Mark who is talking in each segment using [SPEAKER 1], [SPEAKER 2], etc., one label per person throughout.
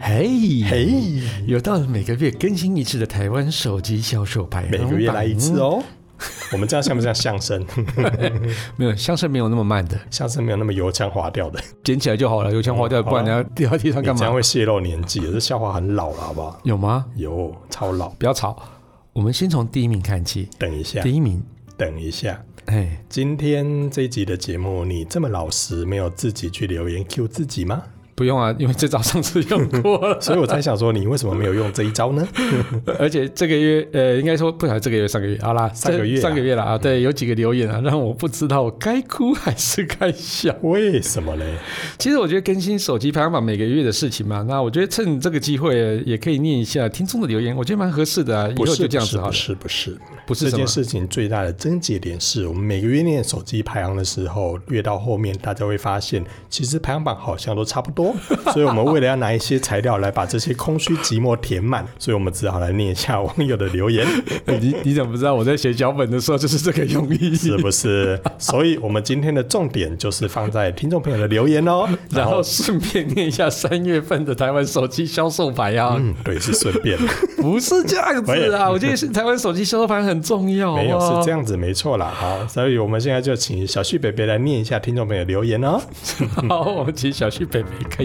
[SPEAKER 1] 嘿，
[SPEAKER 2] 嘿，
[SPEAKER 1] 又到了每个月更新一次的台湾手机销售排行
[SPEAKER 2] 每
[SPEAKER 1] 榜，
[SPEAKER 2] 个月来一次。哦。我们这样像不像相声？
[SPEAKER 1] 没有，相声没有那么慢的，
[SPEAKER 2] 相声没有那么油腔滑调的，
[SPEAKER 1] 捡起来就好了，油腔滑调，
[SPEAKER 2] 嗯好
[SPEAKER 1] 不然你要掉到地上
[SPEAKER 2] 你
[SPEAKER 1] 干
[SPEAKER 2] 这样
[SPEAKER 1] 嘛？
[SPEAKER 2] 会泄露年纪。这笑话很老了，好不好？
[SPEAKER 1] 有吗？
[SPEAKER 2] 有，超老。
[SPEAKER 1] 不要吵，我们先从第一名看起。
[SPEAKER 2] 等一下
[SPEAKER 1] 第，一名，
[SPEAKER 2] 等一下。
[SPEAKER 1] 哎，
[SPEAKER 2] 今天这一集的节目，你这么老实，没有自己去留言 Q 自己吗？
[SPEAKER 1] 不用啊，因为这招上次用过 了，
[SPEAKER 2] 所以我才想说，你为什么没有用这一招呢？
[SPEAKER 1] 而且这个月，呃，应该说不晓得这个月、上个月，好啦，
[SPEAKER 2] 上个
[SPEAKER 1] 这
[SPEAKER 2] 月啊
[SPEAKER 1] 上个月了啊，对，有几个留言啊，让我不知道我该哭还是该笑。
[SPEAKER 2] 为什么嘞？
[SPEAKER 1] 其实我觉得更新手机排行榜每个月的事情嘛，那我觉得趁这个机会也可以念一下听众的留言，我觉得蛮合适的、啊，以
[SPEAKER 2] 不
[SPEAKER 1] 后
[SPEAKER 2] 是
[SPEAKER 1] 就这样子好
[SPEAKER 2] 不
[SPEAKER 1] 了。
[SPEAKER 2] 是不是
[SPEAKER 1] 不
[SPEAKER 2] 不是，
[SPEAKER 1] 是
[SPEAKER 2] 这
[SPEAKER 1] 什么
[SPEAKER 2] 件事情最大的症结点是我们每个月念手机排行的时候，越到后面大家会发现，其实排行榜好像都差 不多，所以我们为了要拿一些材料来把这些空虚寂寞填满，所以我们只好来念一下网友的留言，
[SPEAKER 1] 你你怎么不知道我在写脚本的时候就是这个用意？
[SPEAKER 2] 是不是？所以我们今天的重点就是放在听众朋友的留言哦，
[SPEAKER 1] 然后顺便念一下三月份的台湾手机销售排啊，
[SPEAKER 2] 嗯，对，是顺 便的。
[SPEAKER 1] 不是这样子 啊！我觉得是台湾手机销售排很重要，啊
[SPEAKER 2] 没有是这
[SPEAKER 1] 样。
[SPEAKER 2] 样子，没错啦。好，所以我们现在就请小旭北北来念一下听众朋友留言哦。
[SPEAKER 1] 好，我们请小旭北北开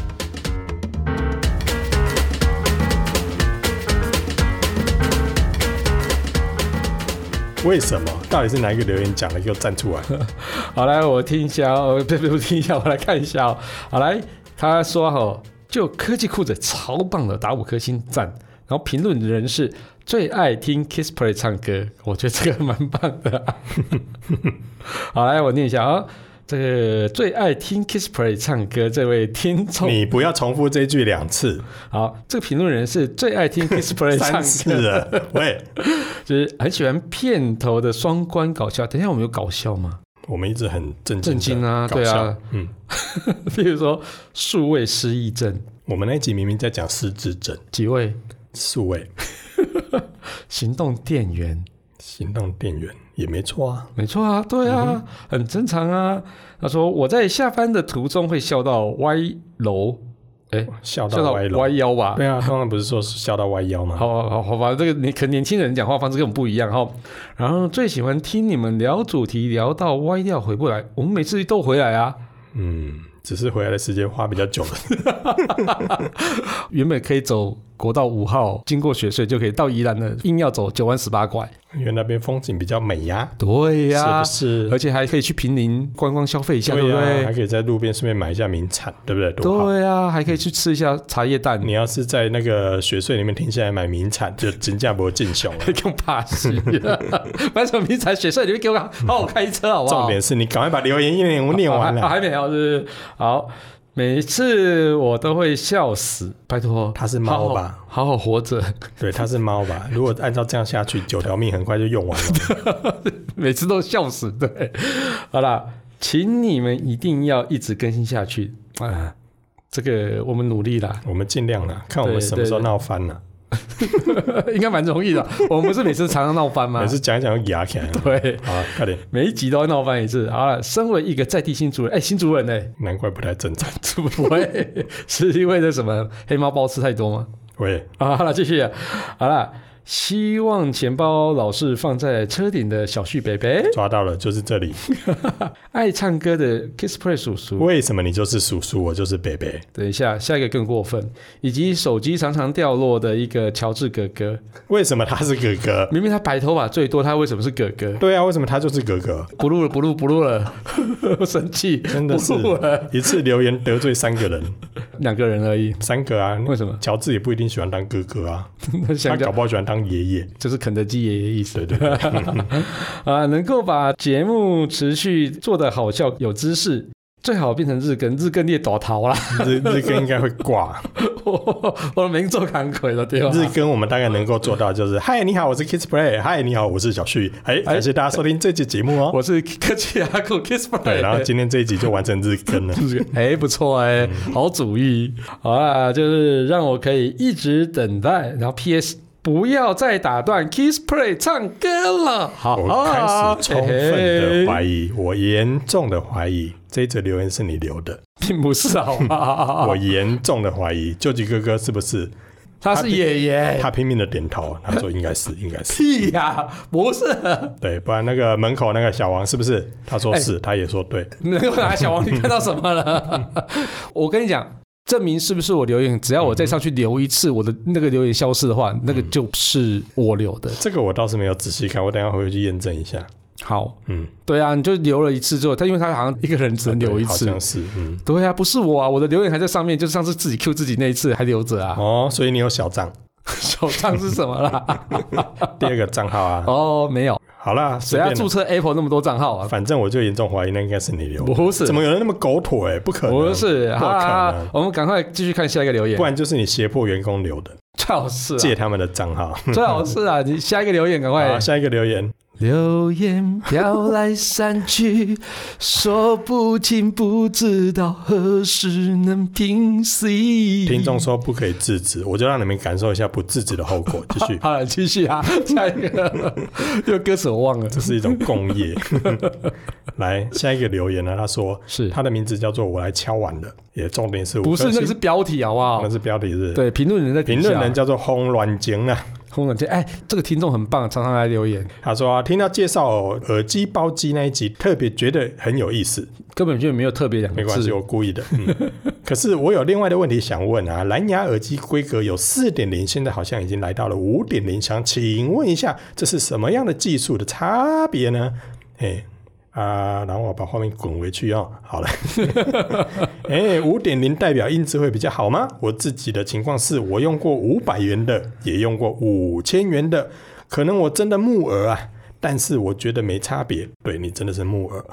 [SPEAKER 2] 为什么？到底是哪一个留言讲了又站 出来？
[SPEAKER 1] 好来，我听一下哦， 呃不不不，听一下，我来看一下哦。好来，他说哦，就科技酷宅超棒的，打五颗星赞。然后评论的人是最爱听 Kiss Play 唱歌，我觉得这个蛮棒的、 啊。好来，我念一下啊、这个最爱听 Kiss Play 唱歌这位听众，
[SPEAKER 2] 你不要重复这句两次，
[SPEAKER 1] 好，这个评论人是最爱听 Kiss Play 唱
[SPEAKER 2] 三
[SPEAKER 1] 歌
[SPEAKER 2] 次，了。喂，
[SPEAKER 1] 就是很喜欢片头的双关搞笑。等一下，我们有搞笑吗？
[SPEAKER 2] 我们一直很震惊，
[SPEAKER 1] 震惊啊，对啊，，
[SPEAKER 2] 嗯，
[SPEAKER 1] 比如说数位失忆症，
[SPEAKER 2] 我们那一集明明在讲失智症，
[SPEAKER 1] 几位
[SPEAKER 2] 数位
[SPEAKER 1] 行动电源，
[SPEAKER 2] 行动电源也没错啊。
[SPEAKER 1] 没错啊，对
[SPEAKER 2] 嗯
[SPEAKER 1] 啊，很正常啊。他说我在下班的途中会笑到歪楼，哎，
[SPEAKER 2] 笑
[SPEAKER 1] 笑
[SPEAKER 2] 到
[SPEAKER 1] 到
[SPEAKER 2] 歪楼，
[SPEAKER 1] 歪腰吧。
[SPEAKER 2] 对啊，通常不是说是笑到歪腰吗？
[SPEAKER 1] 好好好好吧，这个你可能年轻人讲话方式跟我们不一样哈。然后最喜欢听你们聊主题，聊到歪掉回不来，我们每次都回来啊。
[SPEAKER 2] 嗯，只是回来的时间花比较久了。
[SPEAKER 1] 原本可以走国道五号，经过雪隧就可以到宜兰了，硬要走九弯十八拐。
[SPEAKER 2] 因为那边风景比较美呀、
[SPEAKER 1] 对呀、
[SPEAKER 2] 是不
[SPEAKER 1] 而
[SPEAKER 2] 是？
[SPEAKER 1] 且还可以去平林观光消费一下，对不
[SPEAKER 2] 啊，还
[SPEAKER 1] 对？
[SPEAKER 2] 可以在路边顺便买一下名产，对不对？多好！
[SPEAKER 1] 对啊，还可以去吃一下茶叶蛋，
[SPEAKER 2] 你要是在那个雪隧里面停下来买名产，就金价不进雄 了。
[SPEAKER 1] 更怕死。买什么名产？雪穗你面给我好好开车好不好？
[SPEAKER 2] 重点是你赶快把留言一念念完
[SPEAKER 1] 啊
[SPEAKER 2] 了。
[SPEAKER 1] 还没有，是不是好。每一次我都会笑死，拜托，
[SPEAKER 2] 它是猫吧
[SPEAKER 1] 好好？好好活着，
[SPEAKER 2] 对，它是猫吧？如果按照这样下去，九条命很快就 用完了。
[SPEAKER 1] 每次都笑死。对，好啦，请你们一定要一直更新下去啊！这个我们努力啦，
[SPEAKER 2] 我们尽量啦，看我们
[SPEAKER 1] 对
[SPEAKER 2] 什么时候
[SPEAKER 1] 对
[SPEAKER 2] 闹翻了、
[SPEAKER 1] 应该蛮容易的。我们不是每次常常闹翻吗
[SPEAKER 2] 每？次讲一讲就牙起来了。
[SPEAKER 1] 对，
[SPEAKER 2] 好啊，快点，
[SPEAKER 1] 每一集都要闹翻一次。好了，身为一个在地新主人，哎、新主人呢、
[SPEAKER 2] 难怪不太正常。
[SPEAKER 1] 怎么会是因为这什么黑猫包吃太多吗？
[SPEAKER 2] 喂，
[SPEAKER 1] 啊好了，继续，好了，希望钱包老是放在车顶的小旭北北，
[SPEAKER 2] 抓到了，就是这里。
[SPEAKER 1] 爱唱歌的 Kiss Play 叔叔。
[SPEAKER 2] 为什么你就是叔叔，我就是北北？
[SPEAKER 1] 等一下，下一个更过分，以及手机常常掉落的一个乔治哥哥，
[SPEAKER 2] 为什么他是哥哥？
[SPEAKER 1] 明明他白头发最多，他为什么是哥哥？
[SPEAKER 2] 对啊，为什么他就是哥哥？
[SPEAKER 1] 不 录了，不录，不录了， 我生气，
[SPEAKER 2] 真的是
[SPEAKER 1] 不录了，
[SPEAKER 2] 一次留言得罪三个人，
[SPEAKER 1] 两个人而已，
[SPEAKER 2] 三个啊？
[SPEAKER 1] 为什么？
[SPEAKER 2] 乔治也不一定喜欢当哥哥啊，他
[SPEAKER 1] 想
[SPEAKER 2] 搞不好喜欢当爷爷。
[SPEAKER 1] 就是肯德基爷爷意思。
[SPEAKER 2] 对 对对，
[SPEAKER 1] 啊，能够把节目持续做得好笑、有知识，最好变成日更，日更你也躲逃啦，
[SPEAKER 2] 日日更应该会挂。
[SPEAKER 1] 我我明做扛鬼了，对吧？啊
[SPEAKER 2] 日更我们大概能够做到就是，嗨，你好，我是 Kiss Play，嗨，你好，我是小旭，哎，感谢大家收听这期节目哦。
[SPEAKER 1] 我是科技阿酷 Kiss Boy，
[SPEAKER 2] 对，然后今天这一集就完成日更了。
[SPEAKER 1] 哎、不错哎、
[SPEAKER 2] 嗯
[SPEAKER 1] 好主意。好啦，就是让我可以一直等待。然后 P.S. 不要再打断 Kiss Play 唱歌了。好，啊
[SPEAKER 2] 我开始充分的怀
[SPEAKER 1] 疑，
[SPEAKER 2] 疑，我严重的怀疑这一则留言是你留的，
[SPEAKER 1] 并不是好吧？
[SPEAKER 2] 我严重的怀疑，救急哥哥是不是？
[SPEAKER 1] 他是爷爷，
[SPEAKER 2] 他拼命的点头，他说应 该是，应该是，
[SPEAKER 1] 屁呀、不是。
[SPEAKER 2] 对，不然那个门口那个小王是不是？他说是，
[SPEAKER 1] 哎
[SPEAKER 2] 他也说对，
[SPEAKER 1] 能够拿小王，你看到什么了？ 我跟你讲。证明是不是我留言？只要我再上去留一次，我的那个留言消失的话，那个就是我留的。
[SPEAKER 2] 这个我倒是没有仔细看，我等一下回去验证一下。
[SPEAKER 1] 好，
[SPEAKER 2] 嗯，
[SPEAKER 1] 对啊，你就留了一次之后，他因为他好像一个人只能留一次，
[SPEAKER 2] 好像是，嗯，
[SPEAKER 1] 对啊，不是我啊，我的留言还在上面，就是上次自己 Q 自己那一次还留着啊。
[SPEAKER 2] 哦，所以你有小账，
[SPEAKER 1] 手账是什么 啦？
[SPEAKER 2] 第二个账号啊，
[SPEAKER 1] 哦，没有，
[SPEAKER 2] 好啦，随
[SPEAKER 1] 谁要
[SPEAKER 2] 便啦
[SPEAKER 1] 注册 Apple 那么多账号啊？
[SPEAKER 2] 反正我就严重怀疑那应该是你留的，
[SPEAKER 1] 不是
[SPEAKER 2] 怎么有人那么狗腿？不可能，
[SPEAKER 1] 不是，
[SPEAKER 2] 不
[SPEAKER 1] 好
[SPEAKER 2] 可
[SPEAKER 1] 啦
[SPEAKER 2] 能，，
[SPEAKER 1] 我们赶快继续看下一个留言
[SPEAKER 2] 不。然就是你胁迫员工留的，
[SPEAKER 1] 最好是啊，
[SPEAKER 2] 借他们的账号。
[SPEAKER 1] 最好是啊，你下一个留言赶快
[SPEAKER 2] 好，。下一个留言，
[SPEAKER 1] 流言飘来散去，说不清不知道何时能平息。，
[SPEAKER 2] 听众说不可以制止，我就让你们感受一下不制止的后果。继续
[SPEAKER 1] 好了，继续啊，下一 个，这个歌手我忘了，
[SPEAKER 2] 这是一种共业。 来，下一个留言呢？他说
[SPEAKER 1] 是
[SPEAKER 2] 他的名字叫做“我来敲碗了”，也重点是五
[SPEAKER 1] 不是
[SPEAKER 2] 颗
[SPEAKER 1] 那
[SPEAKER 2] 星
[SPEAKER 1] 个是标题好不好
[SPEAKER 2] 那？ 是标题是。
[SPEAKER 1] 对，评论人在底
[SPEAKER 2] 评
[SPEAKER 1] 下
[SPEAKER 2] 论人叫做“轰卵精”啊，
[SPEAKER 1] 红冷天，哎，这个听众很棒，常常来留言，
[SPEAKER 2] 他说、啊、听到介绍耳机包机那一集，特别觉得很有意思。
[SPEAKER 1] 根本就没有特别两
[SPEAKER 2] 没
[SPEAKER 1] 个
[SPEAKER 2] 关系，
[SPEAKER 1] 字。
[SPEAKER 2] 我故意的。嗯、 可是我有另外的问题想问啊，蓝牙耳机规格有四点零，现在好像已经来到了五点零，想请问一下，这是什么样的技术的差别呢？哎。啊，然后我把画面滚回去哦。好了， 哎，五点零代表音质会比较好吗？我自己的情况是我用过五百元的，也用过五千元的，可能我真的木耳啊，但是我觉得没差别。对你真的是木耳。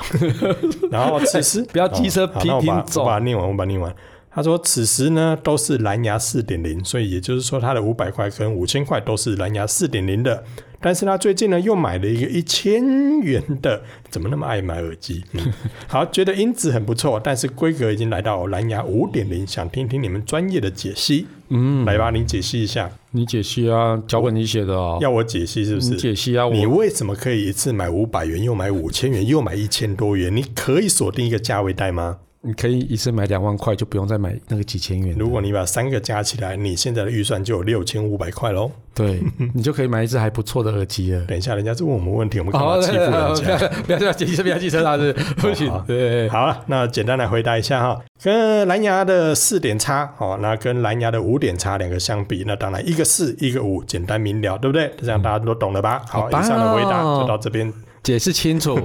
[SPEAKER 2] 然后此时
[SPEAKER 1] 不要机车
[SPEAKER 2] 好
[SPEAKER 1] 批
[SPEAKER 2] 那我把
[SPEAKER 1] 听众
[SPEAKER 2] 我把它念完，我把它念完。他说：“此时呢都是蓝牙四点零，所以也就是说，他的五百块跟五千块都是蓝牙四点零的。但是他最近呢又买了一个一千元的，怎么那么爱买耳机？ 嗯好，觉得音质很不错，但是规格已经来到蓝牙五点零，想听听你们专业的解析。嗯，来吧，你解析一下，
[SPEAKER 1] 你解析啊，脚本你写的哦，
[SPEAKER 2] 要我解析是不是？
[SPEAKER 1] 你解析啊，我
[SPEAKER 2] 你为什么可以一次买五百元，又买五千元，又买一千多元？你可以锁定一个价位带吗？
[SPEAKER 1] 你可以一次买两万块，就不用再买那个几千元 的。
[SPEAKER 2] 如果你把三个加起来，你现在的预算就有六千五百块喽。
[SPEAKER 1] 对，你就可以买一只还不错的耳机了。
[SPEAKER 2] 等一下，人家就问我们 问题，我们干
[SPEAKER 1] 好，
[SPEAKER 2] 嘛欺负人
[SPEAKER 1] 不要
[SPEAKER 2] 家？
[SPEAKER 1] 不要不要骑车，不要骑车，大师不行
[SPEAKER 2] 好。
[SPEAKER 1] 对，
[SPEAKER 2] 好了，那简单来回答一下哈，跟蓝牙的四点差哦，那跟蓝牙的五点差两个相比，那当然一个四一个五，简单明了，对不对？这样大家都懂了吧？嗯好，
[SPEAKER 1] 好
[SPEAKER 2] 以
[SPEAKER 1] 棒哦
[SPEAKER 2] 上的回答就到这边，
[SPEAKER 1] 解释清楚，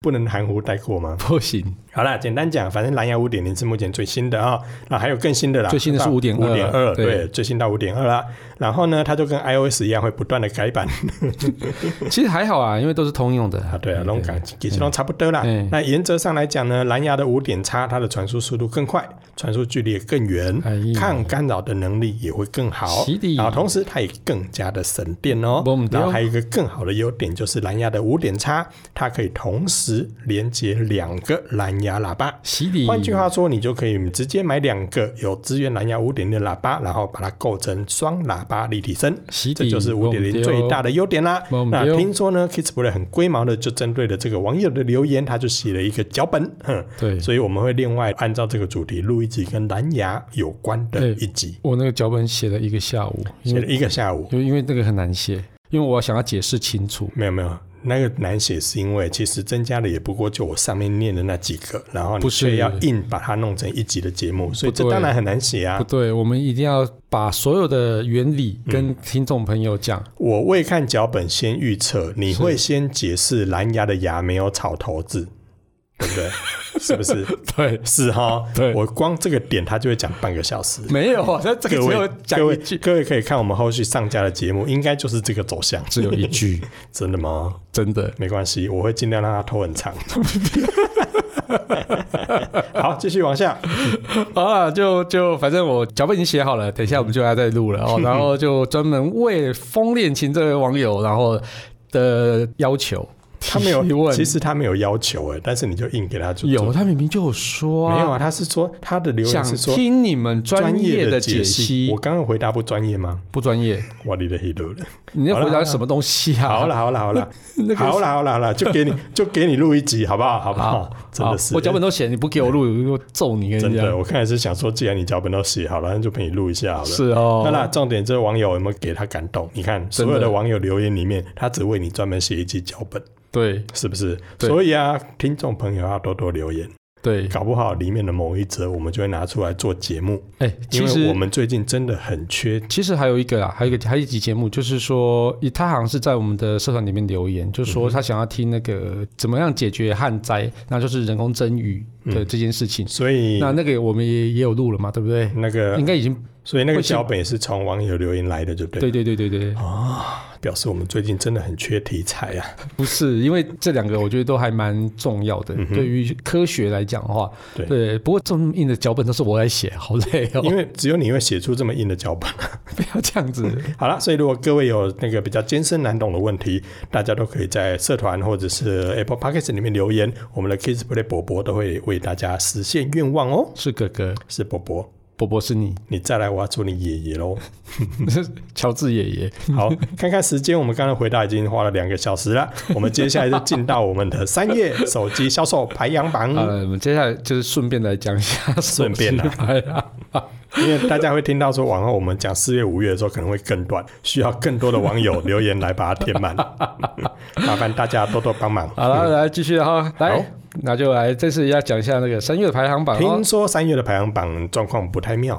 [SPEAKER 2] 不能含糊带过吗？
[SPEAKER 1] 不行。
[SPEAKER 2] 好啦，简单讲，反正蓝牙五点零是目前最新的啊、那还有更新的啦，
[SPEAKER 1] 最新的是
[SPEAKER 2] 五
[SPEAKER 1] 5.2
[SPEAKER 2] 五点二，
[SPEAKER 1] 对
[SPEAKER 2] 对，最新到五点二啦。然后呢，它就跟 iOS 一样，会不断的改版
[SPEAKER 1] 其实还好啊，因为都是通用的
[SPEAKER 2] 啊，
[SPEAKER 1] 啊
[SPEAKER 2] 对啊，那种感其实都差不多啦
[SPEAKER 1] 嗯。
[SPEAKER 2] 那原则上来讲呢，蓝牙的五点差，它的传输速度更快，传输距离也更远
[SPEAKER 1] 哎呀，
[SPEAKER 2] 抗干扰的能力也会更好
[SPEAKER 1] 是的。
[SPEAKER 2] 然后同时它也更加的省电哦
[SPEAKER 1] 不。对
[SPEAKER 2] 然后还有一个更好的优点就是蓝牙的五点差，它可以同时连接两个蓝牙喇叭。
[SPEAKER 1] 洗礼，
[SPEAKER 2] 换句话说，你就可以直接买两个有支援蓝牙五点零的喇叭，然后把它构成双喇叭立体声，
[SPEAKER 1] 洗
[SPEAKER 2] 这
[SPEAKER 1] 礼
[SPEAKER 2] 就是五点零最大的优点啦。
[SPEAKER 1] 没
[SPEAKER 2] 那
[SPEAKER 1] 错
[SPEAKER 2] 听说呢，Kissplay 很龟毛的就针对了这个网友的留言，他就写了一个脚本，哼，
[SPEAKER 1] 对。
[SPEAKER 2] 所以我们会另外按照这个主题录一集跟蓝牙有关的
[SPEAKER 1] 对
[SPEAKER 2] 一集，
[SPEAKER 1] 我那个脚本写了一个下午，因
[SPEAKER 2] 写
[SPEAKER 1] 为
[SPEAKER 2] 了一个下午。
[SPEAKER 1] 因为因为那个很难写，因为我想要解释清楚。
[SPEAKER 2] 没有没有，那个难写是因为其实增加的也不过就我上面念的那几个，然后你
[SPEAKER 1] 不是
[SPEAKER 2] 却要硬把它弄成一集的节目，所以
[SPEAKER 1] 不
[SPEAKER 2] 这
[SPEAKER 1] 对
[SPEAKER 2] 当然很难写啊
[SPEAKER 1] 不。对，我们一定要把所有的原理跟听众朋友讲。
[SPEAKER 2] 我未看脚本先预测，你会先解释蓝牙的牙没有草 头字，对不对？是不是？
[SPEAKER 1] 对，
[SPEAKER 2] 是哈。
[SPEAKER 1] 对
[SPEAKER 2] 我光这个点他就会讲半个小时。
[SPEAKER 1] 没有啊，那这个
[SPEAKER 2] 各
[SPEAKER 1] 只有
[SPEAKER 2] 位，各
[SPEAKER 1] 讲
[SPEAKER 2] 位
[SPEAKER 1] 一句，，
[SPEAKER 2] 各位可以看我们后续上架的节目，应该就是这个走向。
[SPEAKER 1] 只有一句，
[SPEAKER 2] 真的吗？
[SPEAKER 1] 真的。
[SPEAKER 2] 没关系，我会尽量让它拖很长。好，继续往下。
[SPEAKER 1] 好了，啊就就反正我脚本已经写好了，等一下我们就要再录了 哦。然后就专门为风恋情这位网友，然后的要求，
[SPEAKER 2] 他没
[SPEAKER 1] 提
[SPEAKER 2] 有，
[SPEAKER 1] 问
[SPEAKER 2] 其实他没有要求哎，但是你就硬给他做。
[SPEAKER 1] 有啊他明明就有说、
[SPEAKER 2] 没有啊？他是说他的留
[SPEAKER 1] 想
[SPEAKER 2] 言是说
[SPEAKER 1] 听你们专业的
[SPEAKER 2] 的
[SPEAKER 1] 解析
[SPEAKER 2] 我，刚刚回答不专业吗？
[SPEAKER 1] 不专业，
[SPEAKER 2] 我你的黑路了。
[SPEAKER 1] 你在
[SPEAKER 2] 好啦
[SPEAKER 1] 回答什么东西啊？
[SPEAKER 2] 好了，好了，好了，
[SPEAKER 1] 那个
[SPEAKER 2] 好了，好了，好了，就 给你，就给你录一集，好不好？好不好？真的是，
[SPEAKER 1] 我脚本都写，你不给我录，我揍你！跟
[SPEAKER 2] 真
[SPEAKER 1] 你
[SPEAKER 2] 的，
[SPEAKER 1] 讲，
[SPEAKER 2] 我看也是想说，既然你脚本都写好了，那就陪你录一下好了。
[SPEAKER 1] 是哦。
[SPEAKER 2] 那那重点，这网友有没有给他感动？你看，所有的网友留言里面，他只为你专门写一集脚本，
[SPEAKER 1] 对
[SPEAKER 2] 是不是？
[SPEAKER 1] 对
[SPEAKER 2] 所以啊，听众朋友要多多留言，
[SPEAKER 1] 对，
[SPEAKER 2] 搞不好里面的某一则，我们就会拿出来做节目，
[SPEAKER 1] 哎、
[SPEAKER 2] 因
[SPEAKER 1] 其
[SPEAKER 2] 为我
[SPEAKER 1] 实
[SPEAKER 2] 们最近真的很缺。
[SPEAKER 1] 其实还有一个啊啦，还有一个还有一集节目，就是说一他好像是在我们的社团里面留言，就
[SPEAKER 2] 嗯
[SPEAKER 1] 说他想要听那个怎么样解决旱灾，那就是人工增雨的这件事情。
[SPEAKER 2] 所以
[SPEAKER 1] 那那个我们也也有录了嘛，对不对？
[SPEAKER 2] 那个
[SPEAKER 1] 应，该已经
[SPEAKER 2] 所以那个
[SPEAKER 1] 会是
[SPEAKER 2] 脚本也是从网友留言来的，对不对？哦
[SPEAKER 1] 对对对对对，
[SPEAKER 2] 表示我们最近真的很缺题材呀、啊。
[SPEAKER 1] 不是因为这两个我觉得都还蛮重要的，
[SPEAKER 2] 嗯哼
[SPEAKER 1] 对于科学来讲的话，
[SPEAKER 2] 对
[SPEAKER 1] 对。不过这么硬的脚本都是我来写，好累哦，
[SPEAKER 2] 因为只有你会写出这么硬的脚本。
[SPEAKER 1] 不要这样子。
[SPEAKER 2] 好了，所以如果各位有那个比较艰深难懂的问题，大家都可以在社团或者是 Apple Podcast 里面留言，我们的 Kids Play 伯伯都会为大家实现愿望哦。
[SPEAKER 1] 是哥哥，
[SPEAKER 2] 是伯伯，
[SPEAKER 1] 伯伯是你，
[SPEAKER 2] 你再来，我要做你爷爷 喽。
[SPEAKER 1] 乔治爷爷。
[SPEAKER 2] 好，看看时间，我们刚才回答已经花了两个小时了，我们接下来就进到我们的三月手机销售排行榜。
[SPEAKER 1] 好了，我们接下来就是顺便来讲一下
[SPEAKER 2] 嗯顺便啊
[SPEAKER 1] 手机牌啊，
[SPEAKER 2] 因为大家会听到说，往后我们讲四月、五月的时候可能会更短，需要更多的网友留言来把它填 满，麻烦大家多多帮忙。
[SPEAKER 1] 好了，来继续哈，
[SPEAKER 2] 好
[SPEAKER 1] 来，那就来这次要讲一下那个三月的排行榜哦
[SPEAKER 2] 听。说三月的排行榜状况不太妙，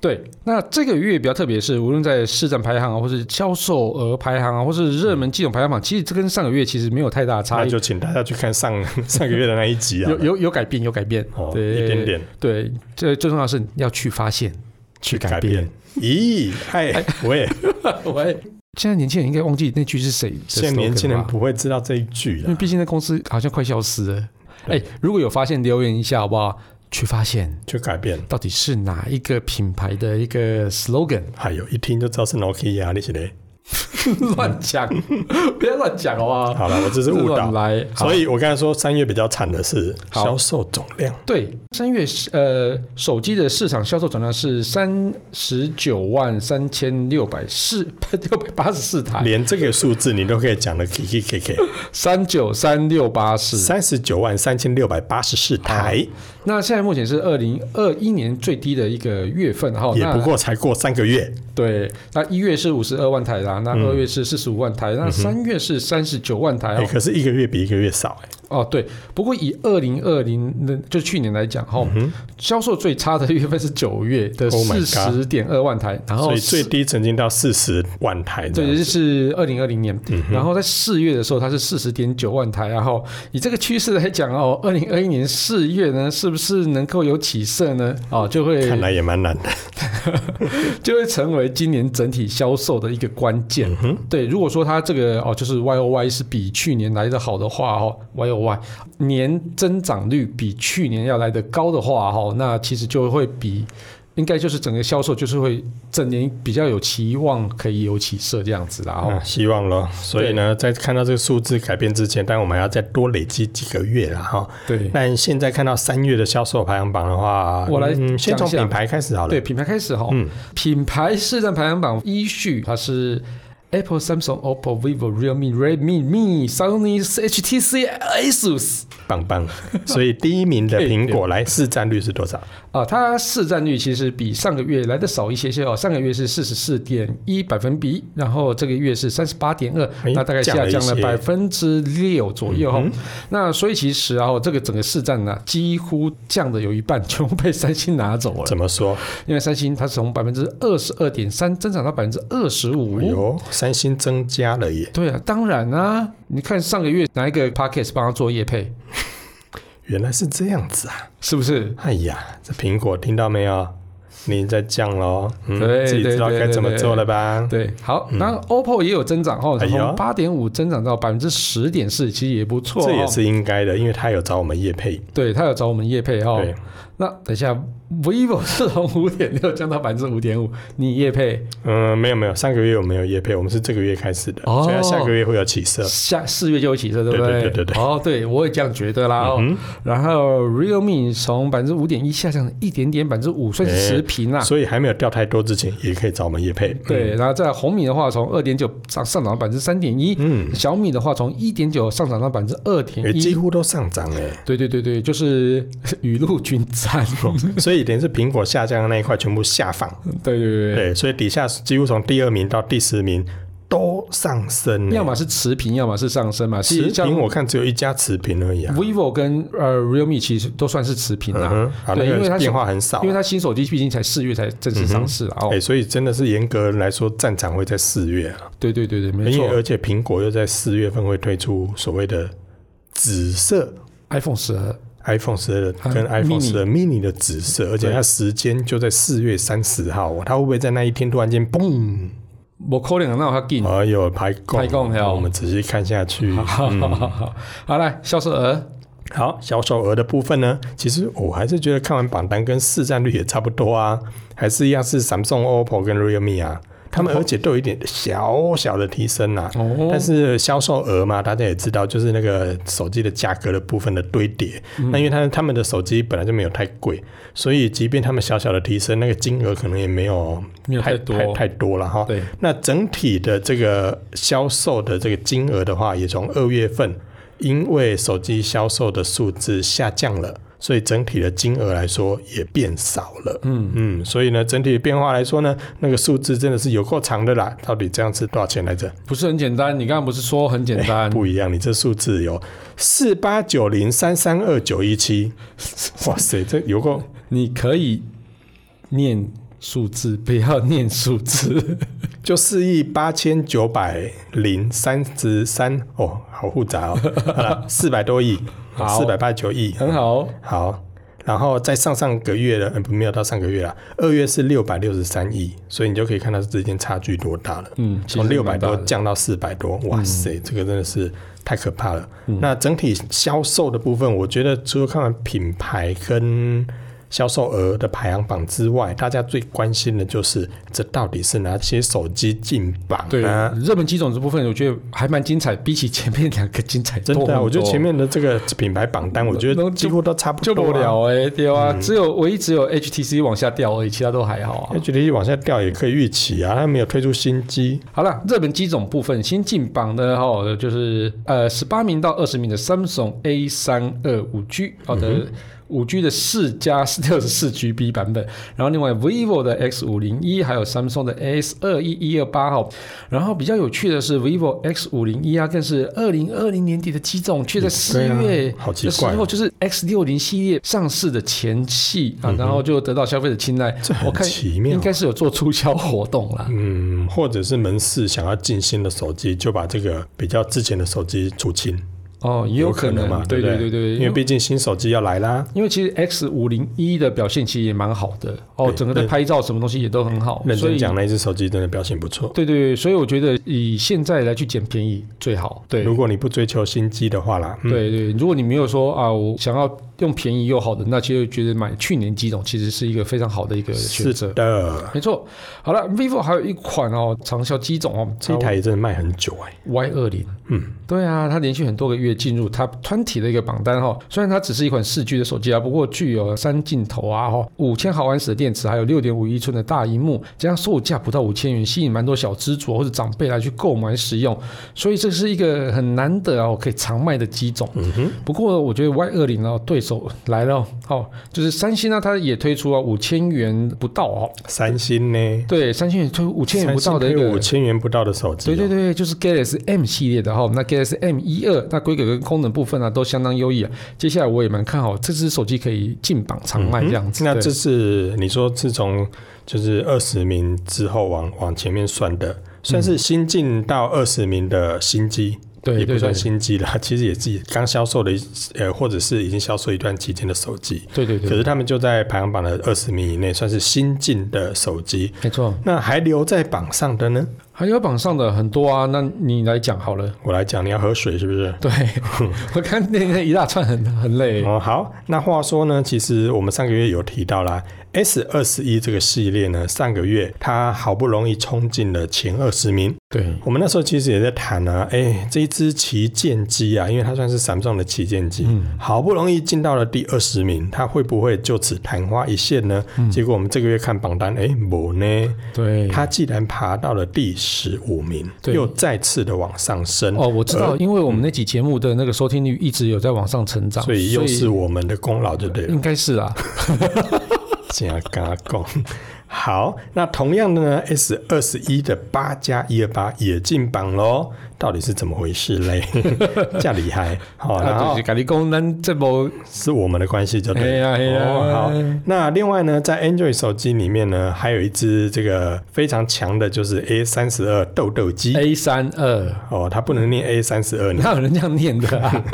[SPEAKER 1] 对，那这个月比较特别是，无论在市占排行啊，或是销售额排行啊，或是热门季种排行榜，其实这跟上个月其实没有太大的差
[SPEAKER 2] 那
[SPEAKER 1] 异，
[SPEAKER 2] 就请大家去看上 上个月的那一集啊
[SPEAKER 1] 有，有有改变，有改变，
[SPEAKER 2] 哦，
[SPEAKER 1] 对，
[SPEAKER 2] 一点点
[SPEAKER 1] 对，最最重要的是你要去发现，去改变。。
[SPEAKER 2] 咦，哎， 喂，
[SPEAKER 1] 喂，现在年轻人应该忘记那句是谁的 slogan 吧，
[SPEAKER 2] 现在年轻人不会知道这一句
[SPEAKER 1] 因为
[SPEAKER 2] 了。
[SPEAKER 1] 毕竟那公司好像快消失了。哎、
[SPEAKER 2] 对
[SPEAKER 1] 如果有发现，留言一下好不好？去发现
[SPEAKER 2] 去改变，
[SPEAKER 1] 到底是哪一个品牌的一个 slogan？
[SPEAKER 2] 哎呦，一听就知道是 Nokia 那些嘞。
[SPEAKER 1] 乱讲， 不要乱讲好不好？
[SPEAKER 2] 好了，我只是误
[SPEAKER 1] 乱
[SPEAKER 2] 导。
[SPEAKER 1] 来，好
[SPEAKER 2] 所以我刚才说三月比较惨的是
[SPEAKER 1] 好
[SPEAKER 2] 销售总量，
[SPEAKER 1] 对三月是呃手机的市场销售总量是三十九万三千六百四 六百八十四台，
[SPEAKER 2] 连这个数字你都可以讲的 K K K K。
[SPEAKER 1] 三九三六八四。
[SPEAKER 2] 三十九万三千六百八十四台，
[SPEAKER 1] 那现在目前是二零二一年最低的一个月份哈，
[SPEAKER 2] 也
[SPEAKER 1] 那
[SPEAKER 2] 不过才过三个月，
[SPEAKER 1] 对，那一月是五十二万台啦，那二
[SPEAKER 2] 嗯
[SPEAKER 1] 月是四十五万台，那三月是三十九万台
[SPEAKER 2] 哎，
[SPEAKER 1] 哦。
[SPEAKER 2] 可是一个月比一个月少，哎，
[SPEAKER 1] 哦，对，不过以二零二零的就去年来讲哈、销售最差的月份是九月的
[SPEAKER 2] 嗯 Oh my
[SPEAKER 1] 四
[SPEAKER 2] God
[SPEAKER 1] 十点二万台，然后
[SPEAKER 2] 所以最低曾经到四十万台这
[SPEAKER 1] 对，
[SPEAKER 2] 样
[SPEAKER 1] 哦这
[SPEAKER 2] 子，
[SPEAKER 1] 是二零二零年，
[SPEAKER 2] 嗯
[SPEAKER 1] 然后在四月的时候，它是四十点九万台，然后以这个趋势来讲哦，二零二一年四月呢，是不是能够有起色呢？哦，就会
[SPEAKER 2] 看来也蛮难的。
[SPEAKER 1] 就会成为今年整体销售的一个关键。对，如果说它这个哦，就是 Y O Y 是比去年来的好的话哦，Y O Y 年增长率比去年要来的高的话哦，那其实就会比。应该就是整个销售就是会整年比较有期望，可以有起色这样子啦哦。
[SPEAKER 2] 啊，希望咯。所以呢，在看到这个数字改变之前，但我们还要再多累积几个月啦哈。
[SPEAKER 1] 对
[SPEAKER 2] 但现在看到三月的销售排行榜的话，
[SPEAKER 1] 我来
[SPEAKER 2] 嗯先
[SPEAKER 1] 讲
[SPEAKER 2] 从
[SPEAKER 1] 一下
[SPEAKER 2] 品牌开始好了。
[SPEAKER 1] 对，，品牌开始哈、
[SPEAKER 2] 嗯
[SPEAKER 1] 品牌市占排行榜依序它是 Apple、Samsung、OPPO、vivo、Realme、Redmi、Mi、Sony、HTC、ASUS。
[SPEAKER 2] 棒棒。所以第一 名的苹果来市占率是多少？
[SPEAKER 1] 啊，它市占率其实比上个月来的少一些些哦，上个月是四十四点一百分比，然后这个月是三十八点二，
[SPEAKER 2] 哎
[SPEAKER 1] 那大概下降了
[SPEAKER 2] 降了
[SPEAKER 1] 百
[SPEAKER 2] 一嗯
[SPEAKER 1] 分之六左右哦。那所以其实啊，这个整个市占呢、几乎降的有一半全部被三星拿走了，
[SPEAKER 2] 怎么说？
[SPEAKER 1] 因为三星它是从百分之二十二点三增长到百分之二十五
[SPEAKER 2] 哎。呦，三星增加了耶！
[SPEAKER 1] 对啊，当然啊，你看上个月哪一个 Pockets 帮他做业配，
[SPEAKER 2] 原来是这样子啊！
[SPEAKER 1] 是不是？
[SPEAKER 2] 哎呀，这苹果听到没有？你在降喽，嗯
[SPEAKER 1] 对
[SPEAKER 2] 自己知道
[SPEAKER 1] 对对
[SPEAKER 2] 该怎么
[SPEAKER 1] 对对
[SPEAKER 2] 做了吧？
[SPEAKER 1] 对，好，那 OPPO 也有增长哦，
[SPEAKER 2] 嗯哎呦
[SPEAKER 1] 从八点五增长到百分之十点四，其实也不错、哦。
[SPEAKER 2] 这也是应该的，因为他有找我们叶配，
[SPEAKER 1] 对，他有找我们叶配哦。
[SPEAKER 2] 对，
[SPEAKER 1] 那等一下，vivo 是从五点六降到百分之五点五，你叶配
[SPEAKER 2] 嗯，没有没有，上个月我们有叶配，我们是这个月开始的，
[SPEAKER 1] 哦
[SPEAKER 2] 所以它下个月会有起色。
[SPEAKER 1] 下四月就有起色，对不
[SPEAKER 2] 对对对对对
[SPEAKER 1] 哦，对，我也这样觉得啦哦。
[SPEAKER 2] 嗯
[SPEAKER 1] 然后 realme 从百分之五点一下降了一点点，百分之五，算是
[SPEAKER 2] 哎
[SPEAKER 1] 持平啦、
[SPEAKER 2] 哼，所以还没有掉太多之前，也可以找我们叶配。嗯，
[SPEAKER 1] 对，然后在红米的话，从二点九上上涨到百分之三点一，
[SPEAKER 2] 嗯，
[SPEAKER 1] 小米的话从一点九上涨到百分之二点
[SPEAKER 2] 也
[SPEAKER 1] 一
[SPEAKER 2] 几，乎都上涨 哎，
[SPEAKER 1] 对对对对，就是 雨露均沾。哦
[SPEAKER 2] 所以连是苹果下降的那一块全部下放，
[SPEAKER 1] 对对对
[SPEAKER 2] 对，所以底下几乎从第二名到第十名都上升
[SPEAKER 1] 对，
[SPEAKER 2] 欸。
[SPEAKER 1] 要么是持平，要么是上升嘛。其
[SPEAKER 2] 持
[SPEAKER 1] 实像
[SPEAKER 2] 平我看只有一家持平而已啊。
[SPEAKER 1] vivo 跟呃 realme 其实都算是持平
[SPEAKER 2] 嗯
[SPEAKER 1] 啦，
[SPEAKER 2] 哼，啊，
[SPEAKER 1] 对
[SPEAKER 2] 那
[SPEAKER 1] 因为它
[SPEAKER 2] 个
[SPEAKER 1] 是
[SPEAKER 2] 变化很少
[SPEAKER 1] 因。为它新手机毕竟才四月才正式上市啦。
[SPEAKER 2] 哎、
[SPEAKER 1] 哦，
[SPEAKER 2] 所以真的是严格来说，战场会在四月啊，
[SPEAKER 1] 对对对对，没
[SPEAKER 2] 因为
[SPEAKER 1] 错
[SPEAKER 2] 而且苹果又在四月份会推出所谓的紫色
[SPEAKER 1] ，iPhone 十二，
[SPEAKER 2] iPhone 十二
[SPEAKER 1] 啊
[SPEAKER 2] 跟 iPhone
[SPEAKER 1] mini
[SPEAKER 2] 十二 mini 的紫色，而且它时间就在四月三十号哦，它会不会在那一天突然间嘣？
[SPEAKER 1] 我可能那我它进。
[SPEAKER 2] 哎呦，排供
[SPEAKER 1] 嗯排供了
[SPEAKER 2] 我们仔细看下去。
[SPEAKER 1] 好好好好，好来销售额，
[SPEAKER 2] 好，销售额的部分呢，其实我还是觉得看完榜单跟市占率也差不多啊，还是一样是 Samsung、OPPO 跟 Realme 啊，他们而且都有一点小小的提升啊。
[SPEAKER 1] 哦
[SPEAKER 2] 但是销售额嘛，大家也知道，就是那个手机的价格的部分的堆叠。
[SPEAKER 1] 嗯
[SPEAKER 2] 那因为他他们的手机本来就没有太贵，所以即便他们小小的提升，那个金额可能也没有
[SPEAKER 1] 没有太多
[SPEAKER 2] 太太多了哈。
[SPEAKER 1] 对，
[SPEAKER 2] 那整体的这个销售的这个金额的话，也从二月份因为手机销售的数字下降了。所以整体的金额来说也变少了，嗯嗯，所以呢，整体的变化来说呢，那个数字真的是有够长的啦。到底这样是多少钱来着？
[SPEAKER 1] 不是很简单，你刚刚不是说很简单？
[SPEAKER 2] 不一样，你这数字有四八九零三三二九一七， 哇塞，这有够
[SPEAKER 1] 你可以念数字，不要念数字。
[SPEAKER 2] 就四亿八千九百零三十三哦，好复杂哦，四百多亿，
[SPEAKER 1] 好
[SPEAKER 2] 四百八十九亿，
[SPEAKER 1] 很好哦，
[SPEAKER 2] 好。然后在上上个月的，呃，不没有到上个月啦，二月是六百六十三亿，所以你就可以看到之间差距多大了。
[SPEAKER 1] 嗯，其实
[SPEAKER 2] 从六百
[SPEAKER 1] 蛮大
[SPEAKER 2] 多
[SPEAKER 1] 的嗯
[SPEAKER 2] 降到四百多，哇塞，这个真的是太可怕了。那整体销售的部分，我觉得除了看完品牌跟销售额的排行榜之外，大家最关心的就是这到底是哪些手机进榜
[SPEAKER 1] 对
[SPEAKER 2] 啊？
[SPEAKER 1] 热门机种这部分，我觉得还蛮精彩，比起前面两个精彩多
[SPEAKER 2] 真
[SPEAKER 1] 很多。
[SPEAKER 2] 的啊、我觉得前面的这个品牌榜单，我觉
[SPEAKER 1] 那
[SPEAKER 2] 得
[SPEAKER 1] 就
[SPEAKER 2] 几乎都差不
[SPEAKER 1] 就
[SPEAKER 2] 多
[SPEAKER 1] 不
[SPEAKER 2] 啊。
[SPEAKER 1] 了哎、对啊，只有唯一只有 HTC 往下掉而已，其他都还好啊。
[SPEAKER 2] HTC 哎往下掉也可以预期啊，它没有推出新机，
[SPEAKER 1] 好了，热门机种部分新进榜的哈、哦，就是呃十八名到二十名的 Samsung A 三二五 G 好的五 G 的四加六十四 GB 版本，然后另外 vivo 的 X 五零一，还有 Samsung 的 S 二一一二八哈，然后比较有趣的是 vivo X 五零一啊，更是二零二零年底的机种，却在四
[SPEAKER 2] 对啊
[SPEAKER 1] 月、
[SPEAKER 2] 好奇
[SPEAKER 1] 的时
[SPEAKER 2] 怪
[SPEAKER 1] 候，就是 X 六零系列上市的前夕啊，然后就得到消费者青睐
[SPEAKER 2] 嗯这。很
[SPEAKER 1] 我看
[SPEAKER 2] 奇妙
[SPEAKER 1] 应该是有做促销活动啦。
[SPEAKER 2] 嗯，或者是门市想要进新的手机，就把这个比较之前的手机出清。
[SPEAKER 1] 哦，也有可能
[SPEAKER 2] 嘛，
[SPEAKER 1] 对
[SPEAKER 2] 不
[SPEAKER 1] 对对对，
[SPEAKER 2] 因为毕竟新手机要来啦，
[SPEAKER 1] 因为其实 X 五零一的表现其实也蛮好的哦，
[SPEAKER 2] 对
[SPEAKER 1] 整个的拍照什么东西也都很好，
[SPEAKER 2] 认
[SPEAKER 1] 哦所
[SPEAKER 2] 真
[SPEAKER 1] 以
[SPEAKER 2] 讲，那一只手机真的表现不错。
[SPEAKER 1] 对对对，所以我觉得以现在来去捡便宜最好，对。
[SPEAKER 2] 如果你不追求新机的话嗯啦，嗯，
[SPEAKER 1] 对对，如果你没有说啊，我想要用便宜又好的，那其实觉得买去年机种其实是一个非常好的一个选
[SPEAKER 2] 是
[SPEAKER 1] 择。
[SPEAKER 2] 的，
[SPEAKER 1] 没错，好了，vivo 还有一款哦，长销机种哦，
[SPEAKER 2] 这一台也真的卖很久哎、
[SPEAKER 1] Y 二零，
[SPEAKER 2] 嗯，
[SPEAKER 1] 对啊，它连续很多个月进入 Top 团体的一个榜单哈、虽然它只是一款四 G 的手机啊，不过具有三镜头啊哈，五千毫安时的电池，还有六点五一寸的大荧幕，加上售价不到五千元，吸引蛮多小资主或者长辈来去购买使用，所以这是一个很难得哦可以常卖的机种。
[SPEAKER 2] 嗯哼，
[SPEAKER 1] 不过我觉得 Y 二零哦对手来了哦哦，就是三星呢，它也推出啊五千元不到哦，
[SPEAKER 2] 三星呢，
[SPEAKER 1] 对，三星也推五千元不到的一个
[SPEAKER 2] 五千元不到的手机、
[SPEAKER 1] 对对，对，就是 Galaxy M 系列的哈，那 Galaxy M 一
[SPEAKER 2] 嗯
[SPEAKER 1] 二，那规格跟功能部分呢、都相当优异啊。接下来我也蛮看好这只手机可以进榜常卖这样子。
[SPEAKER 2] 那
[SPEAKER 1] 对
[SPEAKER 2] 这是你说自从就是二十名之后往往前面算的，算是新进到二十名的新机。
[SPEAKER 1] 嗯对
[SPEAKER 2] 也不
[SPEAKER 1] 对
[SPEAKER 2] 算
[SPEAKER 1] 对
[SPEAKER 2] 新机啦，其实也是刚销售的一，呃，或者是已经销售一段期间的手机。
[SPEAKER 1] 对对
[SPEAKER 2] 可
[SPEAKER 1] 对，
[SPEAKER 2] 是他们就在排行榜的二十名以内，算是新进的手机。
[SPEAKER 1] 没错。
[SPEAKER 2] 那还留在榜上的呢？
[SPEAKER 1] 还有榜上的很多啊，那你来讲好了。
[SPEAKER 2] 我来讲，你要喝水是不是？
[SPEAKER 1] 对，我看那那一大串很很累。
[SPEAKER 2] 哦，好，那话说呢，其实我们上个月有提到啦，S 二十一这个系列呢，上个月它好不容易冲进了前二十名。
[SPEAKER 1] 对，
[SPEAKER 2] 我们那时候其实也在谈啊，哎，这一支旗舰机啊，因为它算是 Samsung 的旗舰机，
[SPEAKER 1] 嗯
[SPEAKER 2] 好不容易进到了第二十名，它会不会就此昙花一现呢？结果我们这个月看榜单，哎，某呢，
[SPEAKER 1] 嗯对，
[SPEAKER 2] 它既然爬到了第十五名，
[SPEAKER 1] 对
[SPEAKER 2] 又再次的往上升。
[SPEAKER 1] 哦，我知
[SPEAKER 2] 呃
[SPEAKER 1] 道，因为我们那期节目的那个收听率一直有在往上成长，
[SPEAKER 2] 所以又是我们的功劳，对不对了？
[SPEAKER 1] 应该是啊，
[SPEAKER 2] 这样跟他讲。好，那同样的呢，S 二十一的八加一二八也进榜喽，到底是怎么回事嘞？ 这样厉害，好、然
[SPEAKER 1] 啊就
[SPEAKER 2] 后
[SPEAKER 1] 是咖喱公咱这波，
[SPEAKER 2] 是我们的关系就
[SPEAKER 1] 哎
[SPEAKER 2] 对了。
[SPEAKER 1] 呀哎呀，
[SPEAKER 2] 哦好，那另外呢，在 Android 手机里面呢，还有一只这个非常强的，就是 A 三十二豆豆机。
[SPEAKER 1] A 三二，
[SPEAKER 2] 哦，它不能念 A 三十二呢。
[SPEAKER 1] 哪有人这样念的啊？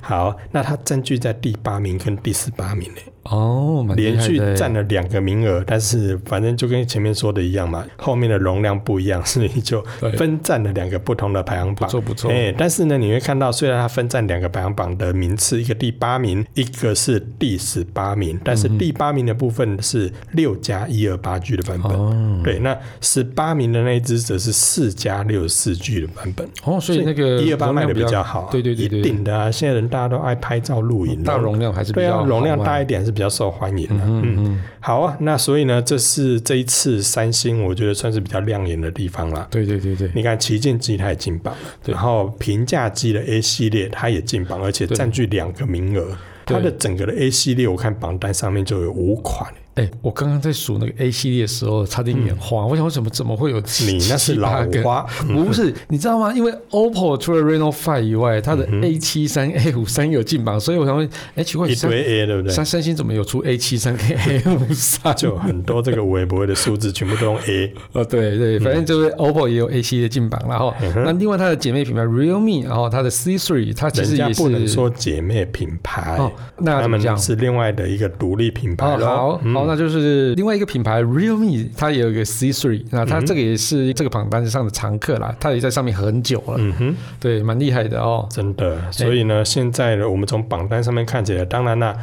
[SPEAKER 2] 好，那它占据在第八名跟第十八名呢。
[SPEAKER 1] 哦，蛮厉
[SPEAKER 2] 连
[SPEAKER 1] 害
[SPEAKER 2] 续
[SPEAKER 1] 的
[SPEAKER 2] 占了两个名额，但是反正就跟前面说的一样嘛，后面的容量不一样，所以就
[SPEAKER 1] 对
[SPEAKER 2] 分占了两个不同的排行榜。
[SPEAKER 1] 不错不错
[SPEAKER 2] 哎、但是呢，你会看到，虽然它分占两个排行榜的名次，一个第八名，一个是第十八名，但是第八名的部分是六加一二八 G 的版本。
[SPEAKER 1] 哦
[SPEAKER 2] 对，那十八名的那一只则是四加六十四 G 的版本，
[SPEAKER 1] 哦，所以那个
[SPEAKER 2] 一二八
[SPEAKER 1] 容
[SPEAKER 2] 卖
[SPEAKER 1] 量
[SPEAKER 2] 的
[SPEAKER 1] 比
[SPEAKER 2] 比
[SPEAKER 1] 较
[SPEAKER 2] 较好啊、
[SPEAKER 1] 对对对
[SPEAKER 2] 一
[SPEAKER 1] 对
[SPEAKER 2] 定的啊！现在人大家都爱拍照、录影，
[SPEAKER 1] 大容量还是比
[SPEAKER 2] 对
[SPEAKER 1] 较
[SPEAKER 2] 啊
[SPEAKER 1] 好，
[SPEAKER 2] 容量
[SPEAKER 1] 卖
[SPEAKER 2] 大一点是比较受欢迎的。嗯，
[SPEAKER 1] 嗯，
[SPEAKER 2] 好啊，那所以呢，这是这一次三星我觉得算是比较亮眼的地方啦。
[SPEAKER 1] 对对对对，
[SPEAKER 2] 你看旗舰机它也进榜了，
[SPEAKER 1] 对
[SPEAKER 2] 然后平价机的 A 系列它也进榜，而且占据两个名额。
[SPEAKER 1] 对
[SPEAKER 2] 它的整个的 A 系列，我看榜单上面就有五款。
[SPEAKER 1] 哎，我刚刚在数那个 A 系列的时候，差点眼花，我想为什么怎么会有
[SPEAKER 2] 嗯你那是
[SPEAKER 1] 七八
[SPEAKER 2] 老
[SPEAKER 1] 个
[SPEAKER 2] 花，
[SPEAKER 1] 不是，你知道吗？因为 OPPO 除了 Reno 5以外，它的 A 7 3 A 5 3有进榜，所以我想问，哎，奇怪，
[SPEAKER 2] 嗯一
[SPEAKER 1] 三
[SPEAKER 2] 堆 A，对不对
[SPEAKER 1] 三？三星怎么有出 A 7 3跟 A 5 3
[SPEAKER 2] 就有很多这个微博的数字全部都用 A。
[SPEAKER 1] 哦，对
[SPEAKER 2] 嗯
[SPEAKER 1] 对，反正就是 OPPO 也有 A 系列进榜然后那另外它的姐妹品牌 Realme，然后它的 C 3它 其
[SPEAKER 2] 人
[SPEAKER 1] 实
[SPEAKER 2] 家
[SPEAKER 1] 也是
[SPEAKER 2] 不能说姐妹品牌，
[SPEAKER 1] 哦，那
[SPEAKER 2] 他
[SPEAKER 1] 怎么讲
[SPEAKER 2] 们？是另外的一个独立品牌
[SPEAKER 1] 哦，
[SPEAKER 2] 咯
[SPEAKER 1] 好
[SPEAKER 2] 嗯
[SPEAKER 1] 好，那就是另外一个品牌 Realme，它也有一个 C 3那它这个也是这个榜单上的常客啦，它也在上面很久了，
[SPEAKER 2] 嗯哼，
[SPEAKER 1] 对，蛮厉害的哦。
[SPEAKER 2] 真的。所以呢，现在呢，我们从榜单上面看起来，当然啦、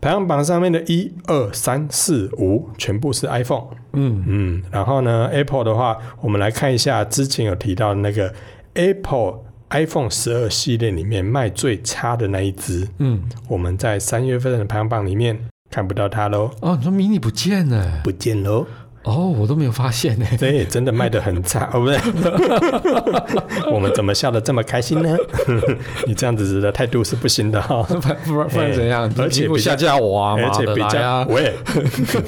[SPEAKER 2] 排行榜上面的一二三四五全部是 iPhone。
[SPEAKER 1] 嗯，
[SPEAKER 2] 嗯，然后呢，Apple 的话，我们来看一下之前有提到的那个 Apple iPhone 十二系列里面卖最差的那一只，
[SPEAKER 1] 嗯，
[SPEAKER 2] 我们在三月份的排行榜里面看不到它喽，
[SPEAKER 1] 哦，你说 mini 不见了？
[SPEAKER 2] 不见喽。
[SPEAKER 1] 哦，我都没有发现呢。
[SPEAKER 2] 这也真的卖的很差哦，不是？ 我们怎么笑得这么开心呢？ 你这样子的态度是不行的哦哈、
[SPEAKER 1] 不然不然不然怎样？
[SPEAKER 2] 哎而
[SPEAKER 1] 你
[SPEAKER 2] 且
[SPEAKER 1] 你不
[SPEAKER 2] 比较
[SPEAKER 1] 下
[SPEAKER 2] 哎
[SPEAKER 1] 架我啊，
[SPEAKER 2] 而
[SPEAKER 1] 妈
[SPEAKER 2] 且
[SPEAKER 1] 的
[SPEAKER 2] 比
[SPEAKER 1] 来
[SPEAKER 2] 较
[SPEAKER 1] 啊，
[SPEAKER 2] 喂，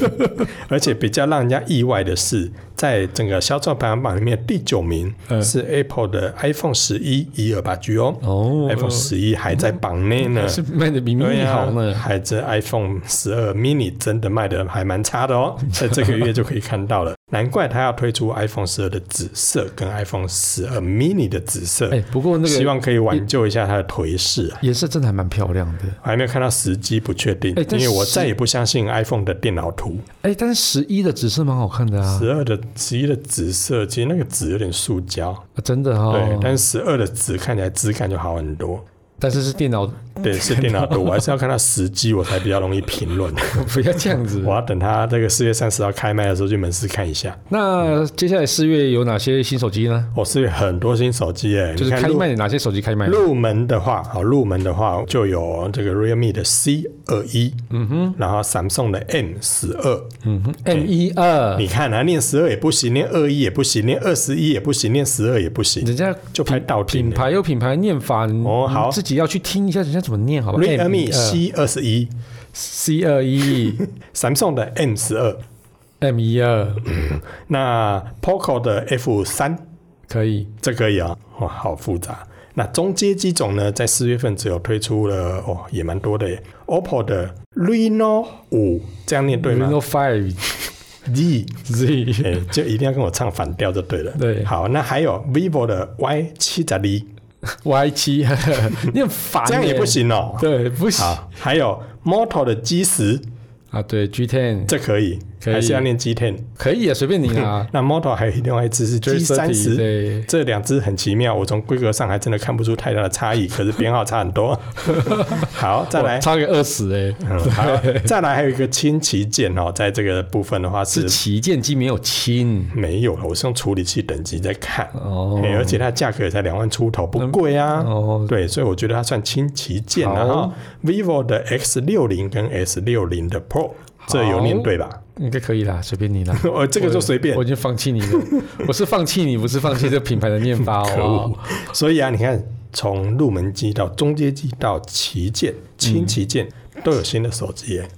[SPEAKER 2] 而且比较让人家意外的是，在整个销售排行榜里面第九名
[SPEAKER 1] 嗯
[SPEAKER 2] 是 Apple 的 iPhone 十一一二八 G 哦
[SPEAKER 1] 哦嗯
[SPEAKER 2] ，iPhone 十一还在榜内呢。
[SPEAKER 1] 是卖的比 mini
[SPEAKER 2] 呀
[SPEAKER 1] 好呢。
[SPEAKER 2] 还这 iPhone 十二 mini 真的卖的还蛮差 的哦，在这个月就可以看到了，难怪它要推出 iPhone 十二的紫色跟 iPhone 十二 mini 的紫色，
[SPEAKER 1] 哎，不过那
[SPEAKER 2] 希
[SPEAKER 1] 个
[SPEAKER 2] 望可以挽救一下它的颓势啊。
[SPEAKER 1] 颜色真的还蛮漂亮的。
[SPEAKER 2] 我还没有看到时机，不确定
[SPEAKER 1] 哎，但
[SPEAKER 2] 因为我
[SPEAKER 1] 是
[SPEAKER 2] 再也不相信 iPhone 的电脑图。
[SPEAKER 1] 哎，但是十一的紫色蛮好看的啊，
[SPEAKER 2] 十二的十一的紫色，其实那个紫有点塑胶，
[SPEAKER 1] 啊真的
[SPEAKER 2] 对
[SPEAKER 1] 哦，。
[SPEAKER 2] 但是十二的紫看起来质感就好很多。
[SPEAKER 1] 但是是电脑，
[SPEAKER 2] 对，是电脑图，我还是要看它时机，我才比较容易评 论。
[SPEAKER 1] 不要这样 子
[SPEAKER 2] 我。要等它这个四月三十号开卖的时候去门市看一下。
[SPEAKER 1] 那接下来四月有哪些新手机呢？
[SPEAKER 2] 我、是有很多新手机耶，
[SPEAKER 1] 就是
[SPEAKER 2] 你
[SPEAKER 1] 开
[SPEAKER 2] 看入
[SPEAKER 1] 卖哪些手机开卖？
[SPEAKER 2] 入门的话，好，入门的话就有这个 Realme 的 C 二一，嗯哼，然后 Samsung 的 M 十二，
[SPEAKER 1] 嗯哼，M
[SPEAKER 2] 哎
[SPEAKER 1] 一二，
[SPEAKER 2] 你看啊，念十二也不行，念二一也不行，念二十一也不行，念十二也不行，
[SPEAKER 1] 人家
[SPEAKER 2] 就拍倒
[SPEAKER 1] 品
[SPEAKER 2] 听。
[SPEAKER 1] 牌有品牌念法，你
[SPEAKER 2] 哦好
[SPEAKER 1] 你自己要去听一下人家怎么念，好吧
[SPEAKER 2] Realme
[SPEAKER 1] M12
[SPEAKER 2] C 二十一
[SPEAKER 1] C E 二一
[SPEAKER 2] ，Samsung 的 M 十二，
[SPEAKER 1] M 一二
[SPEAKER 2] 那 Poco 的 F 三，
[SPEAKER 1] 可以，
[SPEAKER 2] 这个也啊，哇，好复杂。那中阶机种呢，在四月份只有推出了哦，也蛮多的耶，OPPO 的 Reno 五，这样念对吗
[SPEAKER 1] Reno Five
[SPEAKER 2] ？D，
[SPEAKER 1] Z
[SPEAKER 2] 哎，就一定要跟我唱反调就对了。
[SPEAKER 1] 对
[SPEAKER 2] 好，那还有 vivo 的 Y 七十二，
[SPEAKER 1] Y 七， 你很烦、
[SPEAKER 2] 这样也不。行哦、
[SPEAKER 1] 哎对，不行
[SPEAKER 2] 好，还有 Moto 的基石，
[SPEAKER 1] 啊。对，G Ten
[SPEAKER 2] 这可以，
[SPEAKER 1] 可以
[SPEAKER 2] 还是要念 G Ten。。
[SPEAKER 1] 可以啊，随便你啊
[SPEAKER 2] 那 Moto 还有另外一只是 G 三
[SPEAKER 1] G30
[SPEAKER 2] 十，
[SPEAKER 1] 对，
[SPEAKER 2] 这两只很奇妙，我从规格上还真的看不出太大 的差异，可是编号差很多。好，再来
[SPEAKER 1] 哇，差个二十哎，
[SPEAKER 2] 嗯好 再来还有一个轻旗舰哦，在这个部分的话是
[SPEAKER 1] 是旗舰机没有轻
[SPEAKER 2] 没有了，我是用处理器等级在看，
[SPEAKER 1] 哦
[SPEAKER 2] 嘿而且它价格也才两万出头，不贵啊。
[SPEAKER 1] 哦，
[SPEAKER 2] 对，所以我觉得它算轻旗舰啊。
[SPEAKER 1] 好
[SPEAKER 2] 哈 vivo 的 X 六零跟 S 六零的 Pro，这有念对吧？
[SPEAKER 1] 应该可以啦，随便 你啦。
[SPEAKER 2] 呃，这个就随便
[SPEAKER 1] 我已。经放弃你了，我是放弃你，不是放弃这品牌的面包。
[SPEAKER 2] 可
[SPEAKER 1] 哦。
[SPEAKER 2] 恶！所以啊，你看，从入门机到中阶机到旗舰、轻旗舰、
[SPEAKER 1] 嗯
[SPEAKER 2] 都有新的手机耶。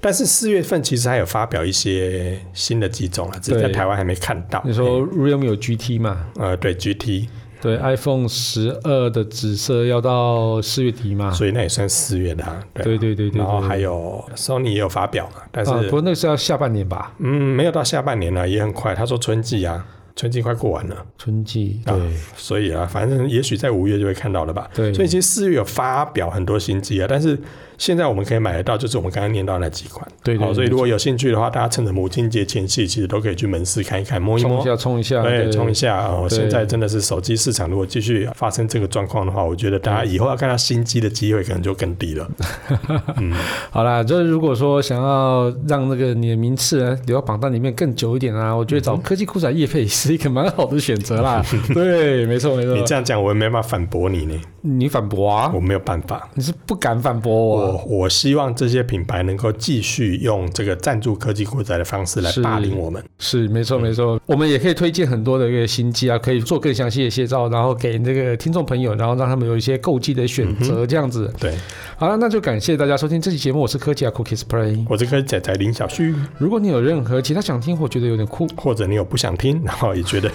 [SPEAKER 2] 但是四月份其实还有发表一些新的机种啊，只是在
[SPEAKER 1] 对
[SPEAKER 2] 台湾还没看到。
[SPEAKER 1] 你说 Realme 有 GT 嘛？
[SPEAKER 2] 呃，对 GT，
[SPEAKER 1] 对，iPhone
[SPEAKER 2] 嗯
[SPEAKER 1] 十二的紫色要到四月底嘛？
[SPEAKER 2] 所以那也算四月的、啊，对啊
[SPEAKER 1] 对对对对对
[SPEAKER 2] 然后还有 Sony 也有发表嘛，但是、
[SPEAKER 1] 啊，不过那个是要下半年吧？
[SPEAKER 2] 嗯，没有到下半年了、也很快。他说春季啊，春季快过完了。
[SPEAKER 1] 春季
[SPEAKER 2] 啊
[SPEAKER 1] 对，
[SPEAKER 2] 所以啊，反正也许在五月就会看到了吧。
[SPEAKER 1] 对
[SPEAKER 2] 所以其实四月有发表很多新机啊，但是现在我们可以买得到，就是我们刚刚念到那几款。
[SPEAKER 1] 对对
[SPEAKER 2] 好，
[SPEAKER 1] 对
[SPEAKER 2] 所以如果有兴趣的话，大家趁着母亲节前夕，其实都可以去门市看一看，摸一
[SPEAKER 1] 冲一
[SPEAKER 2] 摸。
[SPEAKER 1] 下，冲一下，
[SPEAKER 2] 对，冲一
[SPEAKER 1] 下。
[SPEAKER 2] 下哦！
[SPEAKER 1] 对
[SPEAKER 2] 现在真的是手机市场，如果继续发生这个状况的话，我觉得大家以后要看到新机的机会可能就更低了。
[SPEAKER 1] 呃嗯好啦，就是如果说想要让那个你的名次呢留到榜单里面更久一点啊，我觉得
[SPEAKER 2] 嗯
[SPEAKER 1] 找科技酷仔叶配是一个蛮好的选择 啦。对，没错没错。
[SPEAKER 2] 你这样讲，我也没办法反驳你呢，
[SPEAKER 1] 你反驳啊？
[SPEAKER 2] 我没有办法。
[SPEAKER 1] 你是不敢反驳我？啊
[SPEAKER 2] 我我希望这些品牌能够继续用这个赞助科技股仔的方式来
[SPEAKER 1] 是
[SPEAKER 2] 霸凌我们。
[SPEAKER 1] 是没
[SPEAKER 2] 嗯
[SPEAKER 1] 错没错，我们也可以推荐很多的一个新机啊，可以做更详细的介绍，然后给这个听众朋友，然后让他们有一些购机的选
[SPEAKER 2] 嗯
[SPEAKER 1] 择，这样子。
[SPEAKER 2] 对，
[SPEAKER 1] 好了，那就感谢大家收听这期节目，我是科技啊 Cookies Play。
[SPEAKER 2] 我是科技仔仔林小旭，
[SPEAKER 1] 如果你有任何其他想听或觉得有点酷，
[SPEAKER 2] 或者你有不想听，然后也觉 得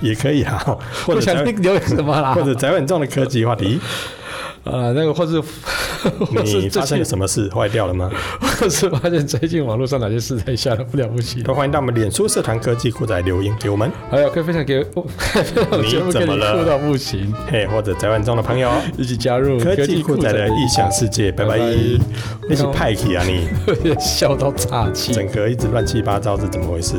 [SPEAKER 2] 也可以啊，或
[SPEAKER 1] 不
[SPEAKER 2] 者
[SPEAKER 1] 想
[SPEAKER 2] 宅
[SPEAKER 1] 听留言什么啦
[SPEAKER 2] 或，者宅稳重的科技话 题，
[SPEAKER 1] 呃，那个或是 或
[SPEAKER 2] 你
[SPEAKER 1] 是最
[SPEAKER 2] 发生了
[SPEAKER 1] 近，
[SPEAKER 2] 什么事坏掉了吗？
[SPEAKER 1] 或是发现最近网络上哪些事才下的不了不 起，
[SPEAKER 2] 都欢迎到我们脸书社团科技股仔留言给我们，
[SPEAKER 1] 还哎有可以分享给我， 分享节目给你
[SPEAKER 2] 你怎么了
[SPEAKER 1] 酷到不行，
[SPEAKER 2] 嘿，或者宅稳重的朋友，
[SPEAKER 1] 一起加入
[SPEAKER 2] 科技股 仔的异想世界，拜
[SPEAKER 1] 拜
[SPEAKER 2] 拜
[SPEAKER 1] 拜！
[SPEAKER 2] 那是派系啊你，
[SPEAKER 1] 界，笑到岔气，
[SPEAKER 2] 整个一直乱七八糟是怎么回事？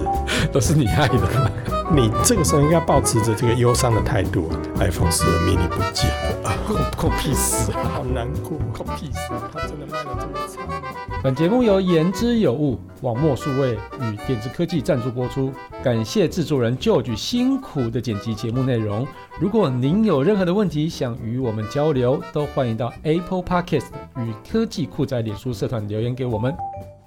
[SPEAKER 1] 都是你害的。
[SPEAKER 2] 你这个时候应该保持着这个忧伤的态度。iPhone 啊十二 mini 不见了，啊
[SPEAKER 1] 关我屁事！
[SPEAKER 2] 好难过，啊关我屁事！它真的卖的这么惨。
[SPEAKER 1] 本节目由言之有物、网墨数位与点子科技赞助播出，感谢制作人 George 辛苦的剪辑节目内容。如果您有任何的问题想与我们交流，都欢迎到 Apple Podcast 与科技酷宅脸书社团留言给我们。